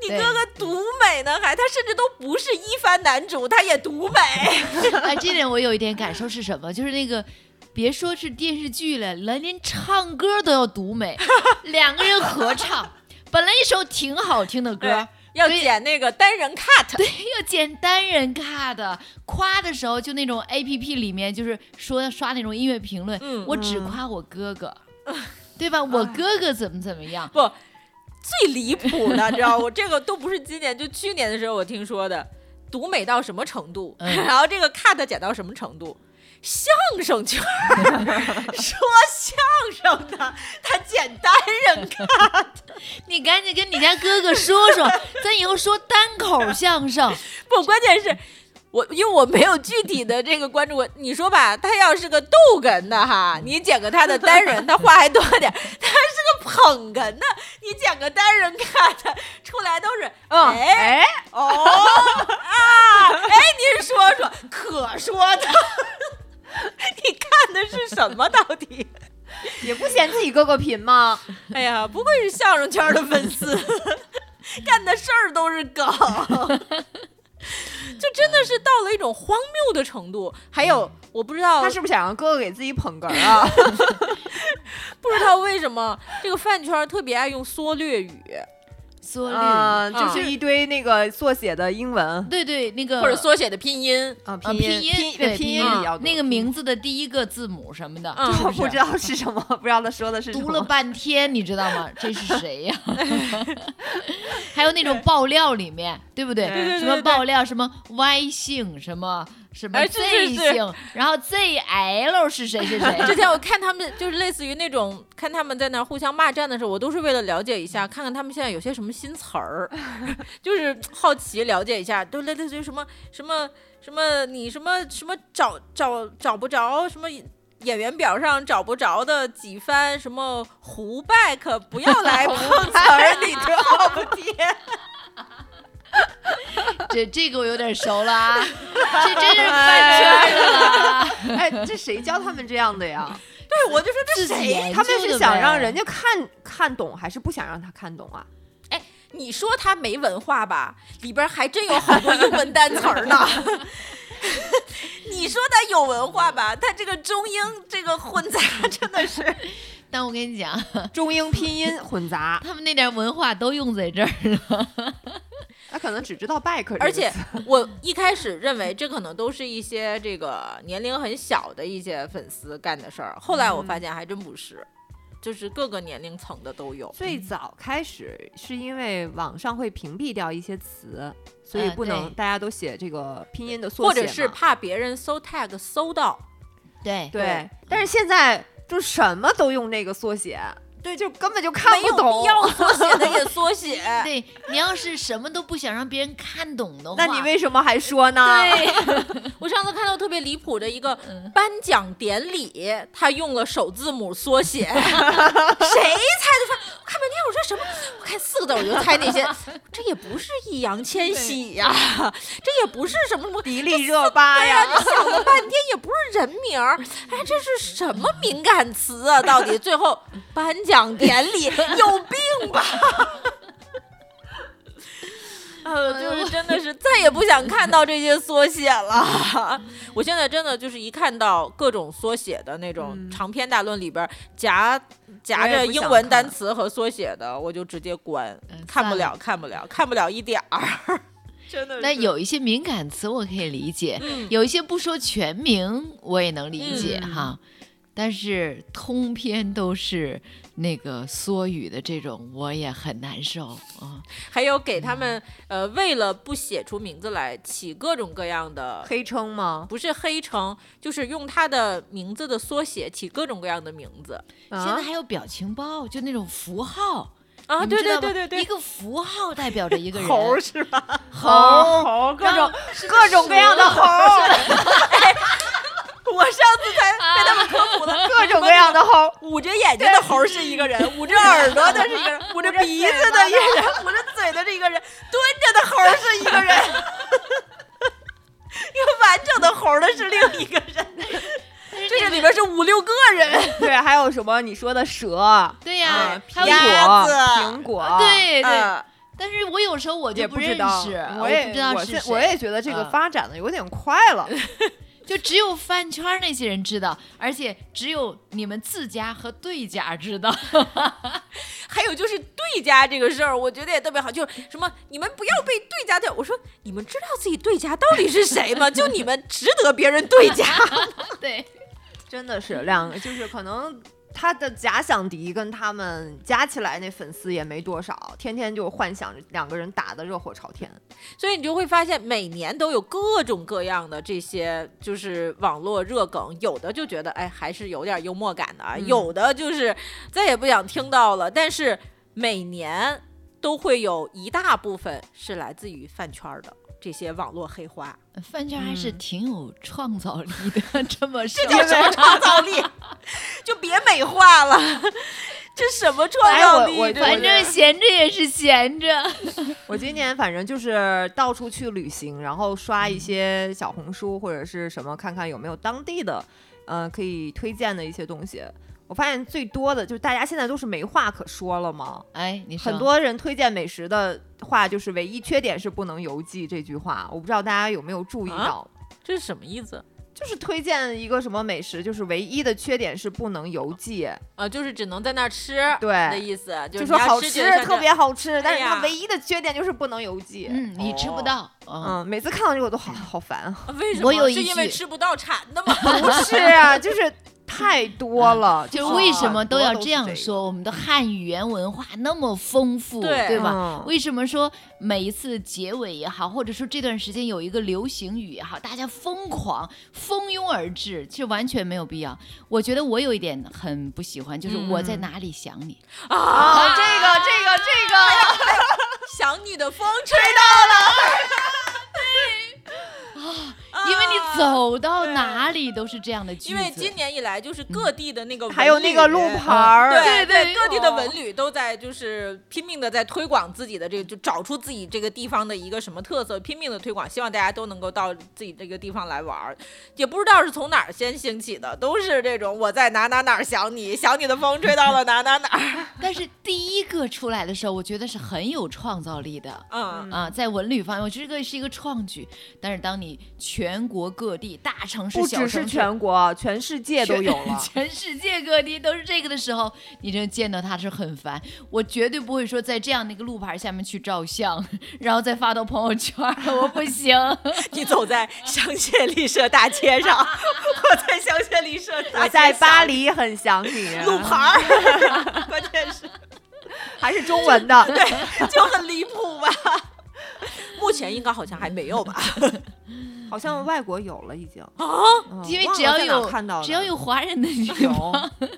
你
对
哥哥独美呢，还他甚至都不是一番男主，他也独美。
<laughs> 哎，这点我有一点感受是什么？就是那个，别说是电视剧了，连连唱歌都要独
<laughs>
美，两个人合唱，本来一首挺好听的歌，
对要
对
剪那个单人 cut，
又简单人看的，夸的时候就那种 A P P 里面就是说刷那种音乐评论，
嗯
我只夸我哥哥， <laughs> 对吧？我哥哥怎么怎么样？
不，最离谱的，知道我这个都不是今年，就去年的时候我听说的，独美到什么程度，
嗯
然后这个 cut 剪到什么程度。相声圈儿 <laughs> 说相声的，他剪单人 cut，
你赶紧跟你家哥哥说 <laughs> 说，咱以后说单口相 <laughs> 声，
不，关键是我因为我没有具体的这个关注过。你说吧，他要是个逗哏的哈，你剪个他的单人，他话还多点儿；他是个捧哏的，你剪个单人看他出来都是
嗯，
哎
哎，
哦啊，哎，您说说，可说的。 <laughs> 你看的是什么？到底？
也不嫌自己哥哥贫吗？
哎呀，不愧是相声圈的粉丝， <laughs> 干的事儿都是梗， <laughs> 就真的是到了一种荒谬的程度。还有，我不知道
嗯他是不是想让哥哥给自己捧哏啊？
不知道为什么这个饭圈特别爱用缩略语
缩略语，
嗯，
啊
就是一堆那个缩写的英文
对对，那
嗯
个
或者缩写的拼音，
啊，
呃
拼
拼
音
音对
拼
拼
音
音啊嗯
比较多
那个名字的第一个字母什么的，
嗯
<laughs>
是
我
不
不
是
知道是什么，不知道他说的是什么。
读
<laughs>
了半天，你知道吗？这是谁呀、 <laughs> 还有那种爆料里面，对不对？
对对
对
什
对
么
对
爆料，什么 Y 姓，什么什么
哎是是
Z
是
姓，然后 ZL 是谁是谁？
之前我看他们就是类似于那种看他们在那儿互相骂战的时候，我都是为了了解一下，看看他们现在有些什么新词
<laughs>
儿，就是好奇了解一下，都类类似于什么什么什么你什么什么找找找不着什么。演员表上找不着的几番什么胡拜可不要来
<laughs>
碰瓷儿，你知道不？天，
这这个我有点熟了啊，这真是饭圈的了。啊
哎，这谁教他们这样的呀？
对 <laughs> 我就说这
自
谁
己研
他们
究
是
的
想
呗
让人家看看懂，还是不想让他看懂啊？
你说他没文化吧，里边还真有好多英文单词
<laughs>
儿呢。你说他有文化吧，他这个中英这个混杂
<laughs>
真的是，
<laughs> 但我跟你讲，
中英拼音混杂，
他们那点文化都用在这儿了。
他可能只知道 back，这个
而且
词
我一开始认为这可能都是一些这个年龄很小的一些粉丝干的事儿，后来我发现还真不是，就是各个年龄层的都有。
最早开始是因为网上会屏蔽掉一些词，所以
嗯
不能
对
大家都写这个拼音的缩
或
写嘛，
者是怕别人搜 tag 搜到，
对
对。但是现在就什么都用那个缩写，对，就根本就看
没
不
有必
懂。
要缩写的也缩写。
对，你要是什么都不想让别人看懂的话，
那你为什么还说呢？
对， <laughs> 我上次看到特别离谱的一个颁奖典礼，他用了首字母缩写，谁猜的出来？我看半天，我说什么？我看四个字我就猜那些，这也不是易烊千玺呀、这也不是什么什么。
迪丽热巴
哎呀，
呀，
这想了半天也不是人名儿，哎，这是什么敏感词啊？到底最后颁奖典
<laughs>
礼有病吧？ <laughs> 呃，就是真的是再也不想看到这些缩写了。 <laughs> 我现在真的就是一看到各种缩写的那种
嗯
长篇大论里边儿夹夹
我也
着
不
英
想
文
看
单词和缩写的，我就直接关
嗯，
看不
算了
了，看不了，看不了一点儿。 <laughs> 真
<laughs>
的
那
是
有一些敏感词我可以理解，
嗯
有一些不说全名我也能理解、
嗯
哈，但是通篇都是那个缩语的这种，我也很难受啊。
还有给他们呃，为了不写出名字来，起各种各样的，
黑称吗？
不是黑称，就是用他的名字的缩写起各种各样的名字
现
啊
在，还有表情包，就那种符号
啊！
你
对
知
对
道吧
对对对，
一个符号代表着一个人，
猴是吧？
哦
猴儿
猴，各
然后
种各种各样的猴儿。
我上次才被他们科普 <laughs> 了
各种各样的猴
<laughs>
儿，
捂着眼睛的猴儿是一个人，捂着耳朵的是一个 <laughs> 人，捂着鼻子的一个 <laughs> 人，捂着嘴的是一个人，蹲着的猴儿是一个人，一个完整的猴儿的是另一个人，这个里边是五六个人，
对，还有什么你说的蛇、
对呀、
啊
还有
鸭
我
鸭
苹
子
果、苹果，
对对、
嗯
但是我有时候我
啊也
就
不
认
知
识，
道，
我
也
不知道
我
是
现
谁，
我也觉得这个
嗯
发展的有点快
<laughs>
了。
就只有饭圈儿那些人知道，而且只有你们自家和对家知道。 <laughs>
还有就是对家这个事儿，我觉得也特别好，就是什么你们不要被对家掉。我说你们知道自己对家到底是谁 <laughs> 吗？就你们值得别人对家。
对，
真的是两个，就是可能他的假想敌跟他们加起来那粉丝也没多少，天天就幻想着两个人打得热火朝天。
<laughs> 所以你就会发现，每年都有各种各样的这些就是网络热梗，有的就觉得哎还是有点幽默感的啊，
嗯
有的就是再也不想听到了。但是每年都会有一大部分是来自于饭圈儿的这些网络黑花，
嗯
饭圈还是挺有创造力的， <laughs> 这么说。
这叫什么创造力？
<laughs>
就别美化了，这什么创造力？
哎我我
这
反正闲着也是闲着，
我
嗯
今年反正就是到处去旅行，然后刷
嗯
一些小红书或者是什么，看看有没有当地的，呃，可以推荐的一些东西。我发现最多的就是大家现在都是没话可说了嘛，
哎，你说
很多人推荐美食的话，就是唯一缺点是不能邮寄这句话，我不知道大家有没有注意
啊
到。
这是什么意思
就是推荐一个什么美食，就是唯一的缺点是不能邮寄，
啊？就是只能在那儿吃的
对，
意思，就
就是说
你要
好
吃
吃
就得上，
特别好吃，但
哎
是
呀
它唯一的缺点就是不能邮寄。
嗯，你吃不到，嗯，
哦嗯，每次看到这个我都好 <laughs> 好烦
<laughs>
啊！
啊为什么？
我有一
是因为
句
吃不到馋的吗？
<laughs> 不是啊，就是太多了，
就是为什么
都
都要这样说？我们的汉语言文化那么丰富，
对嗯
对吧？
吧？
为什么说每一次结尾也好，或者说这段时间有一个流行语也好，大家疯狂蜂拥而至，其实完全没有必要。我觉得我有一点很不喜欢，就是我
嗯
在哪里想你，
啊，
啊，这个这个这个，
<laughs> 想你的风吹到了，
因为你。走到哪里都是这样的句子。
啊因为今年以来，就是各地的那个文
还有那
旅
个路牌儿，
对哦
对对
各地的文旅都在就是拼命的在推广自己的这个，就找出自己这个地方的一个什么特色，拼命的推广，希望大家都能够到自己这个地方来玩儿。也不知道是从哪儿先兴起的，都是这种我在哪哪哪儿想你，想你的风吹到了哪哪哪儿。
但是第一个出来的时候，我觉得是很有创造力的。
嗯，
啊，在文旅方面，我觉得这个是一个创举。但是当你全国各地、大城市、
不
小
只
城
是
市、。
全国，全世界都有了
全世界各地都是这个的时候，你真的见到他是很烦。我绝对不会说在这样的一个路牌下面去照相，然后再发到朋友圈儿，我不
<laughs>
行。
你走在香榭丽舍大街上， <laughs> 我在香榭丽舍大
我
街
在巴
上
黎很想你，
路
啊
牌儿， <laughs> 关键是
还是
<laughs>
中文的，
就很离谱吧。目前应该好像还没有吧？
好像外国有了已经啊，嗯
因为
忘
只
了
要
在哪
有
看到的
只要有华人的地 <laughs> 方，
<laughs> 有，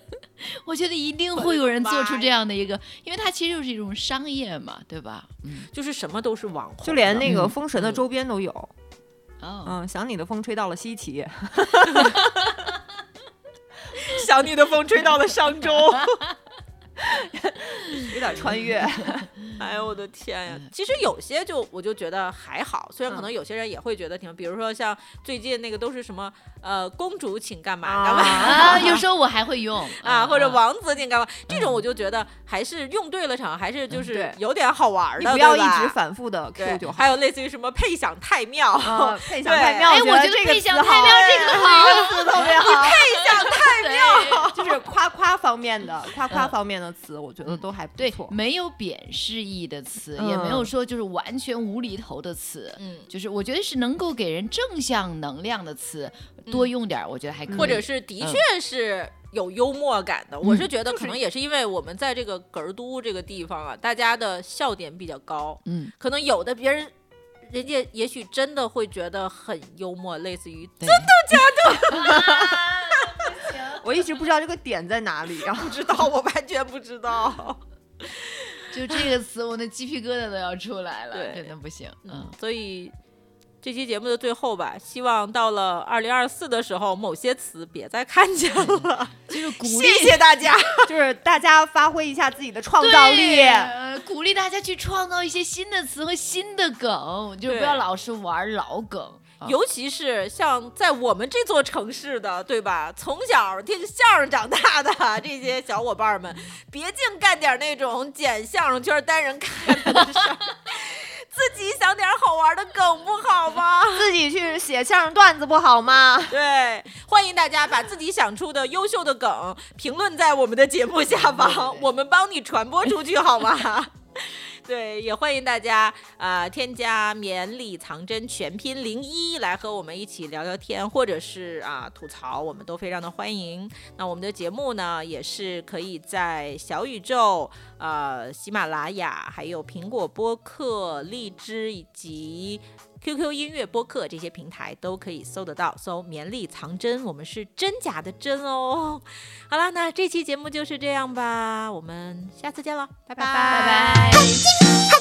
我觉得一定会有人做出这样的一个，因为它其实就是一种商业嘛，对吧？嗯，
就是什么都是网红的，
就连那个
嗯
封神的周边都有。
哦，
嗯，想你的风吹到了西岐，
<laughs> 想你的风吹到了商周。
<laughs>
<laughs>
有点穿越。
哎呦我的天
嗯
呀！其实有些就我就觉得还好，虽然可能有些人也会觉得挺，比如说像最近那个都是什么呃公主请干嘛干嘛。
啊，有时候我还会用
<laughs> 啊，或者王子请干嘛？这种我就觉得还是用对了场，还是就
嗯
是
对
有点好玩儿
你
的，
不要
对
一
吧
直反复的 Q
对
就，好。
还有类似于什么配享太庙，
啊， <laughs> 配享
对
太妙，
哎，我觉
这
得
个
配享
词
太
好哎
庙这个好，
这个词特别好，
太妙。
<laughs> 就是夸夸方面的
<laughs>
夸夸
嗯
方面的词，我觉得都还不
对
错，。
没有贬示意的词，也没有
嗯
说就是完全无厘头的词，
嗯，
就是我觉得是能够给人正向能量的词，多用点儿，我觉得还可以。
或
嗯
者是的确是有幽默感的。我是觉得可能也是因为我们在这个哏儿都这个地方啊，大家的笑点比较高，
嗯，
可能有的别人。人家也许真的会觉得很幽默，类似于
真的
我一直不知道这个点在哪里，然后 <laughs>
不知道，我完全
<laughs>
不知道。
就这个词，我的鸡皮疙瘩都要出来了，
对
真的不行。嗯，
所以这期节目的最后吧，希望到了二零二四的时候，某些词别再看见了。
就是嗯鼓
<laughs>
励
谢谢大家，
就是大家发挥一下自己的创造力
对。呃鼓励大家去创造一些新的词和新的梗，就是不
对
要老是玩老梗。啊
尤其是像在我们这座城市的，对吧？从小听相声长大的 <laughs> 这些小伙伴
嗯
们，别净干点那种捡相声圈单人看的事
<laughs>
儿，自己想点好玩的梗不好吗？
自己去写相声段子不好吗？
<laughs> 对，欢迎大家把自己想出的优秀的梗评论在我们的节目下方，我们帮你传播出去好吗？ <laughs> 对，也欢迎大家啊、呃添加“绵里藏针全拼零一”来和我们一起聊聊天，或者是啊、吐槽，我们都非常的欢迎。那我们的节目呢，也是可以在小宇宙、呃喜马拉雅、还有苹果播客、荔枝以及 QQ 音乐播客这些平台都可以搜得到，搜“绵里藏针”，我们是真假的真哦。好啦，那这期节目就是这样吧，我们下次见了，拜拜
拜拜。
「は